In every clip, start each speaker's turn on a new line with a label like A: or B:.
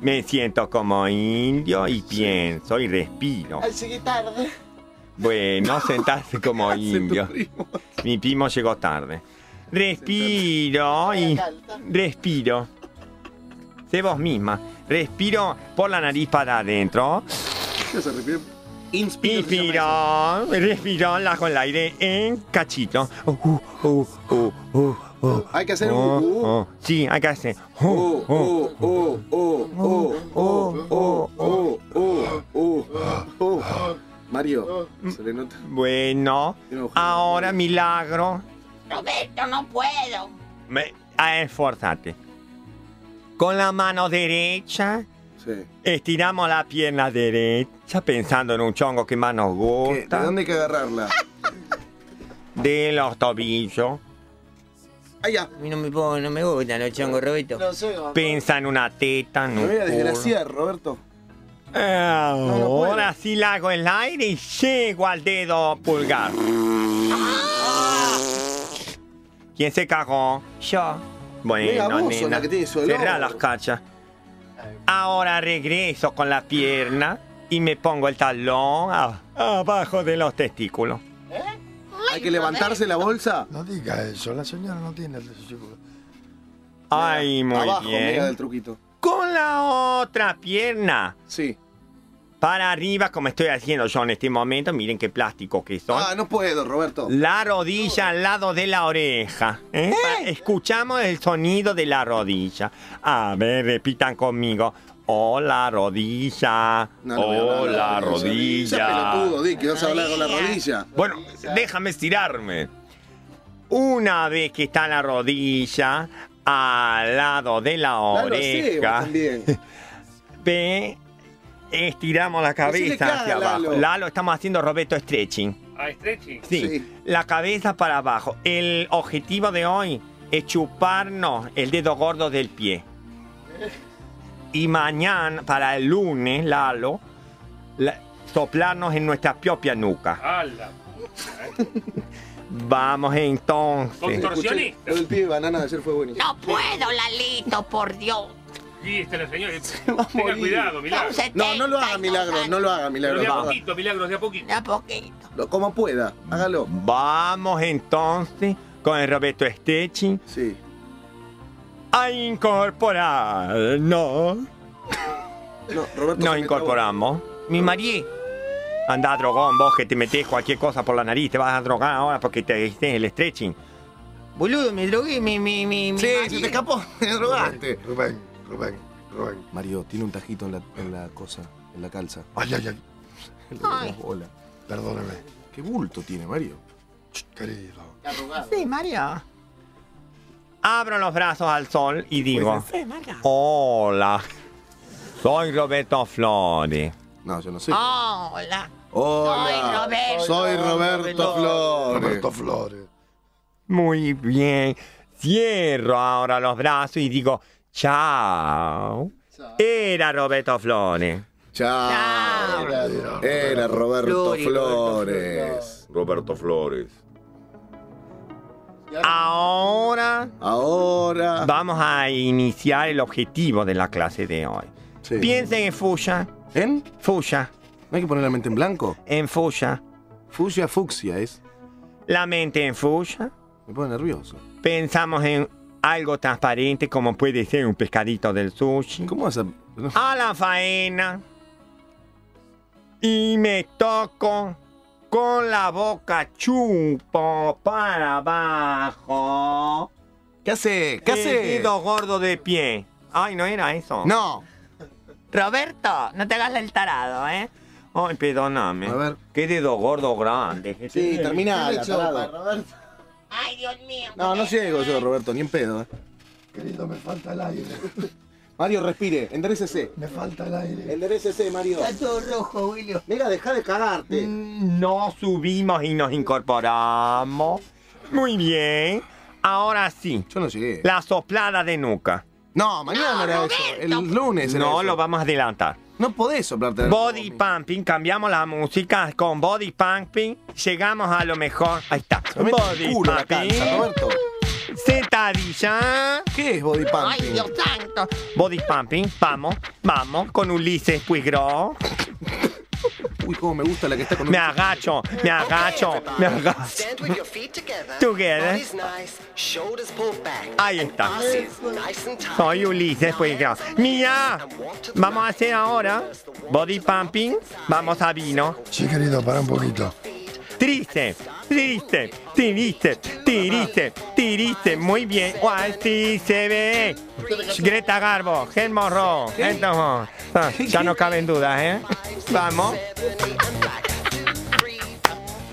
A: Me siento como indio y pienso y respiro.
B: Ay, llegué tarde.
A: Bueno, sentarse como
C: Hace tu
A: indio.
C: primo.
A: Mi primo llegó tarde. Respiro y. Respiro. Sé vos misma. Respiro por la nariz para adentro.
C: ¿Qué se refiere? Inspiro. se llama
A: Inspiro. Respiro con el aire en cachito. Uh, uh, uh, uh, uh.
C: Hay que hacer un
A: Oh,
C: uh, uh.
A: oh. Sí, hay que hacer.
C: Oh,
A: Oh, oh.
C: oh, oh, oh, oh, oh, oh, oh, oh, oh, oh. Mario, se le nota.
A: Bueno,
C: Tiene ojos.
A: ahora milagro.
B: Roberto, no puedo.
A: Me, a esforzarte. Con la mano derecha
C: Sí.
A: estiramos la pierna derecha pensando en un chongo que más nos
C: ¿Qué? ¿De
A: gusta.
C: dónde hay que agarrarla?
A: De los tobillos.
C: Allá.
D: A mí no me, puedo- no me gustan los chongos, Roberto.
B: No sé. no.
A: Pensa en una teta, en
C: Me
A: un
C: voy a
A: culo.
C: desgraciar, Roberto. no puedo.
A: Ahora sí la hago en el aire y llego al dedo pulgar.
C: Ah.
A: ¿Quién se cagó? Yo.
C: Mira,
A: Bueno,
C: vos sos
A: nena.
C: la que tiene su olor.
A: Cerrá las cachas. Ahora regreso con la pierna y me pongo el talón a- abajo de los testículos.
C: Hay que levantarse la bolsa.
E: No diga eso, la señora no tiene el testículo.
A: Ay, muy
C: Abajo, mira del
A: bien.
C: truquito.
A: Con la otra pierna.
C: Sí.
A: Para arriba, como estoy haciendo yo en este momento, miren qué plástico que son.
C: Ah, no puedo, Roberto.
A: La rodilla al lado de la oreja. ¿eh? Escuchamos el sonido de la rodilla. A ver, repitan conmigo. Oh, la rodilla.
C: No, no voy a hablar
A: oh,
C: con
A: la
C: Sea
A: rodilla.
C: pelotudo, di, que vas a hablar con la rodilla.
A: Bueno, déjame estirarme. Una vez que está la rodilla al lado de la
C: Claro, sí, vos
A: oreja,
C: también.
A: ve, estiramos la
C: Decile
A: cabeza hacia
C: cara,
A: abajo.
C: Lalo.
A: Lalo, estamos haciendo Roberto stretching.
F: A stretching.
A: Sí.
C: Sí.
A: La cabeza para abajo. El objetivo de hoy es chuparnos el dedo gordo del pie. Y mañana, para el lunes, Lalo, la- soplarnos en nuestra propia nuca.
F: ¡Hala!
A: Vamos entonces.
F: Doctor.
C: Escuché, lo del pibe de banana de ayer fue buenísimo.
B: No puedo, Lalito, por Dios.
F: Y este la señora.
C: va a
F: Tenga
C: morir.
F: cuidado, milagro.
B: Son
C: No, no lo haga,
B: 72
C: milagro, no lo haga,
F: Pero
C: milagro.
F: de
C: no
F: a
C: lo haga.
F: poquito, milagros, de a poquito.
B: De a poquito.
C: Lo- Como pueda, hágalo.
A: Vamos entonces con el Roberto Stechi
C: Sí.
A: a incorporarnos.
C: No, Roberto.
A: Nos
C: se me
A: incorporamos. Mi marido. Anda, drogón, vos que te metés cualquier cosa por la nariz, te vas a drogar ahora porque te hiciste el stretching.
D: Boludo, me drogué, me. me, me
C: trabó.
D: me
C: Sí,
D: mareé.
C: se te escapó, te drogaste.
E: Rubén, Rubén, Rubén.
G: Mario, tiene un tajito en la, en la cosa, en la calza.
E: Ay, ay, ay,
G: En la bola.
E: perdóname,
G: ¿Qué bulto tiene, Mario?
E: querido.
D: Sí, Mario.
A: Abro los brazos al sol
D: Pues
A: y digo, hola, soy Roberto Flores.
G: No, yo no sé.
B: Hola.
C: Hola.
B: Roberto.
C: Ah. Soy Roberto Flores.
E: Roberto Flores.
A: Muy bien. Cierro ahora los brazos y digo, chao. Era Roberto Flores.
C: Chao. Era Roberto
D: Flores,
C: Flores.
A: Roberto Flores. Ahora
C: Ahora.
A: vamos a iniciar el objetivo de la clase de hoy.
C: Sí.
A: Piensen en Fuya,
G: ¿En?
A: Fuya,
G: ¿No hay que poner la mente en blanco?
A: en Fuya.
G: Fusia, fucsia es.
A: La mente en Fuya.
G: Me pone nervioso.
A: Pensamos en algo transparente como puede ser un pescadito del sushi.
G: ¿Cómo vas a.? no.
A: A la faena. Y me toco con la boca chupo para abajo.
G: ¿Qué hace? ¿Qué
A: El
G: hace?
A: dedo gordo de pie. Ay, no era eso.
G: No.
D: Roberto, no te hagas el tarado, ¿eh?
A: Ay, perdóname.
G: A ver.
A: Qué dedo gordo grande.
C: Sí, termina.
B: Dale
C: la
B: chupa,
C: tarado.
B: Roberto. Ay, Dios mío.
C: No, no llego yo, Roberto, ni en pedo. eh.
E: Querido, me falta el aire.
C: Mario, respire, enderecese.
E: Me falta el aire.
C: Enderecese, Mario.
D: todo rojo, William. Mm.
C: Mira, deja de cagarte.
A: Nos Mm, subimos y nos incorporamos. Muy bien. Ahora sí.
G: Yo no llegué.
A: La soplada de nuca.
G: No, mañana
B: No,
G: era eso.
B: Roberto.
G: El lunes era
A: No
G: eso.
A: lo vamos a adelantar.
G: No podés soplarte la
A: Body pumping, cambiamos la música con body pumping, llegamos a lo mejor. Ahí está.
G: Roberto,
A: Body
G: culo la
A: pumping.
G: calza, Roberto.
A: Sentadilla.
G: ¿Qué es body
B: Ay,
G: pumping?
B: Dios santo.
A: Body pumping. Vamos, vamos. Con Ulises Puigro.
G: Uy, cómo me gusta la que está con un...
A: Me agacho, me agacho, me agacho.
H: Stand with your feet together.
A: Together.
H: Bodies nice, shoulders pulled back.
A: Ahí está.
H: Asses nice and tight.
A: Soy Ulises Puigro. Mira, vamos a hacer ahora body pumping. Vamos a vino.
E: Sí, querido, para un poquito.
A: Triste, triste, triste, triste, triste, muy bien. Así se ve. Greta Garbo, Helmo Row, Entonces, ah, ya no caben dudas, ¿eh? Vamos.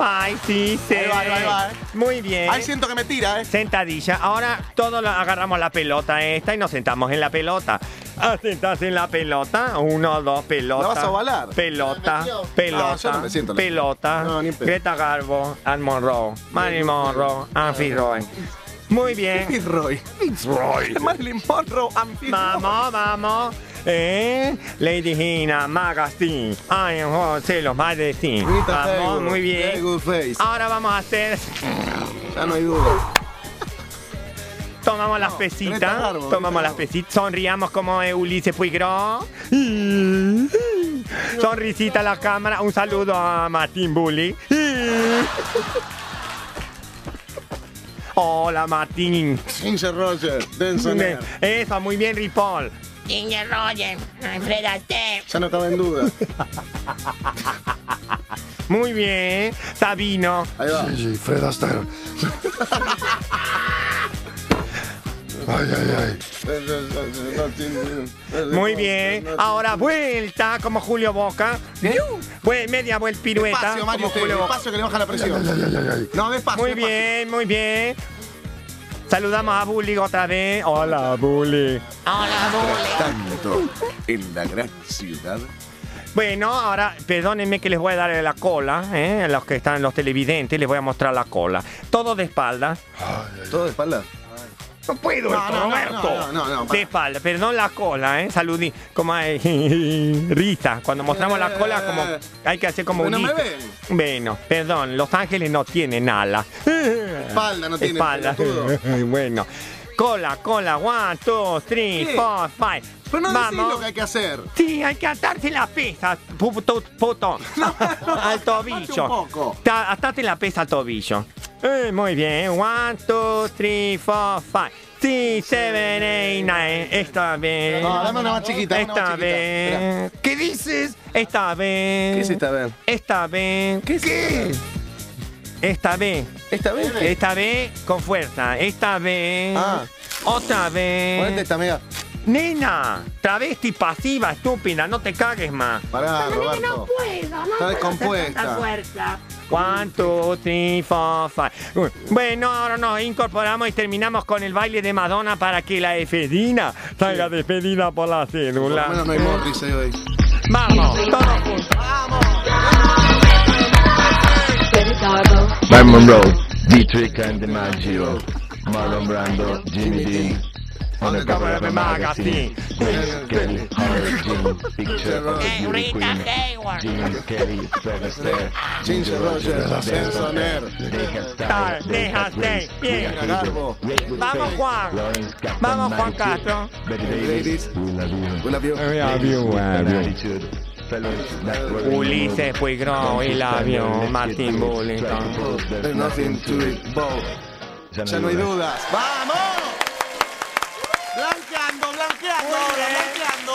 A: Ay, sí se
G: Ahí va, ahí va, ahí va.
A: ve. Muy bien.
G: Ay, siento que me tira, ¿eh?
A: Sentadilla. Ahora todos lo- agarramos la pelota esta y nos sentamos en la pelota. Ah, sentarse en la pelota. Uno, dos, pelota.
G: ¿La vas a ovalar?
A: Pelota, pelota,
G: No, Ah, yo no me siento en la
A: pelota.
G: No, ni en pedo.
A: Greta Garbo, Ann Monroe, Marilyn Monroe, Anne Roy. Muy bien.
G: Fitzroy. Fitzroy. Marilyn Monroe. I'm Fitzroy.
A: Vamos, vamos. ¿Eh? Lady Gina, Magazine, I am José, los magazine.
G: Rita
A: Vamos,
G: Hayworth,
A: muy
G: Very
A: bien.
G: good face.
A: Ahora vamos a hacer
G: Ya no hay duda.
A: Tomamos las
G: Greta
A: pesitas,
G: Garbo,
A: tomamos las
G: Greta Garbo.
A: pesitas, sonriamos como eh, Ulises Puigro. Sonrisita a la cámara, un saludo a Martín Bulli. Hola Martín.
G: Ginger Roger. Denson Air.
A: Eso, muy bien Ripoll.
B: Ginger Roger, Alfred Astaire.
G: Ya no cabe en duda.
A: Muy bien, Sabino.
G: Ahí va.
E: Sí, sí, Fred Astaire. Ay, ay, ay.
A: Muy bien. Ahora vuelta como Julio Boca. Pues media vuelta pirueta.
G: Despacio, Mario.
A: como
G: usted,
A: Julio Boca.
G: Despacio que le baja la
E: Ay,
G: presión.
E: ay, ay, ay, ay.
G: No, despacio.
A: Muy
G: despacio.
A: bien, muy bien. Saludamos a Bully otra vez. Hola, Bully.
B: Hola, Bully.
G: Tanto en la gran ciudad.
A: Bueno, ahora perdónenme que les voy a dar la cola, ¿eh? a los que están los televidentes, les voy a mostrar la cola. Todo de espalda.
G: ¿Todo de espalda?
A: No puedo,
G: No,
A: esto,
G: no, no,
A: Roberto.
G: no, no, no, no,
A: de espalda, perdón la cola, ¿eh? Saludí. Como hay risa. Cuando mostramos la cola, como hay que hacer como
G: Pero
A: un.
G: no me
A: hito.
G: ven.
A: Bueno, perdón, Los Ángeles no tienen alas.
G: Espalda, no tiene.
A: espalda.
G: pelotudo.
A: bueno. Cola, cola, one, two, three,
G: ¿Qué?
A: four, five.
G: Pero no decís
A: Vamos.
G: lo que hay que hacer.
A: Sí, hay que atarse la pesa, puto, puto. al
G: atate
A: tobillo.
G: un poco.
A: Ta- atate la pesa al tobillo. Eh, muy bien. One, two, three, four, five. Six, seven, eight, nine. Esta vez.
G: No, dame una más chiquita. una más
A: Esta
G: chiquita. Esperá.
A: vez. ¿Qué dices? Esta vez.
G: ¿Qué es esta vez?
A: Esta vez.
G: ¿Qué es esta?
A: Esta vez.
G: ¿Esta vez?
A: Esta vez con fuerza. Esta vez.
G: Ah.
A: Otra vez.
G: Ponete esta, amiga.
A: Nena, travesti pasiva, estúpida, no te cagues más.
C: Ah,
G: Pará, Roberto. No
B: puedo, no
G: Está
B: puedo hacer
G: descompuesta.
B: tanta fuerza.
A: One, two, three, four, five. Bueno, ahora nos incorporamos y terminamos con el baile de Madonna para que la efedina salga despedida por la
G: Por lo
A: cédula.
G: menos no hay Morris ahí hoy.
A: Vamos, todos juntos.
I: Mike Monroe, Dietrich and DiMaggio, Marlon Brando, Jimmy Dean, on the cover of a magazine, Grace Kelly, Harley Jean, picture of a
B: Eh,
I: beauty
B: Rita
I: queen,
B: Hayward.
I: Jim Kelly, Fred Astaire,
G: Ginger Rogers, Benson Air.
A: Tal, deja ser, bien. Vamos, Juan. Vamos, Juan Castro.
I: Ladies, we love you.
G: Buen avión.
A: Eh.
I: Attitude, fellows, network,
A: Ulises Puigro, el avión, Martín Bullington.
G: There's nothing to it, Bo. Ya no hay dudas. ¡Vamos! Blanqueando, blanqueando, ahora, blanqueando.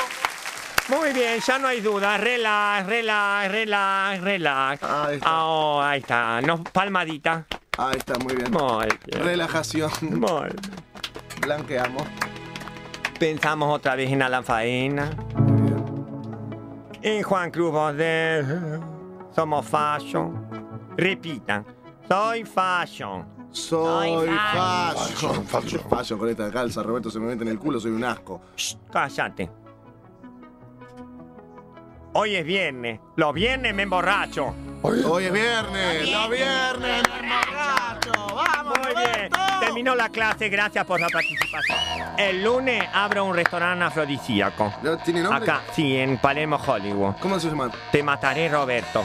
A: Muy bien, ya no hay duda. Relax, relax, relax, relax.
G: Ahí está.
A: Ah, oh, ahí está. No, palmadita.
G: Ahí está, muy bien.
A: Muy bien.
G: Relajación.
A: Muy bien.
G: Blanqueamos.
A: Pensamos otra vez en Alan Faena, en Juan Cruz Bordel. Somos fashion. Repitan, soy fashion.
G: Soy fashion.
E: fashion.
G: Fashion, fashion con esta calza, Roberto se me mete en el culo, soy un asco.
A: Shh, cállate. Hoy es viernes. Los viernes me emborracho.
E: Oye,
G: Hoy es viernes, los viernes, borracho. Vamos,
A: Muy bien.
G: Roberto.
A: Terminó la clase. Gracias por la participación. El lunes abro un restaurante afrodisíaco.
G: ¿No ¿Tiene nombre?
A: Acá, sí, en Palermo, Hollywood.
G: ¿Cómo se llama?
A: Te mataré, Roberto.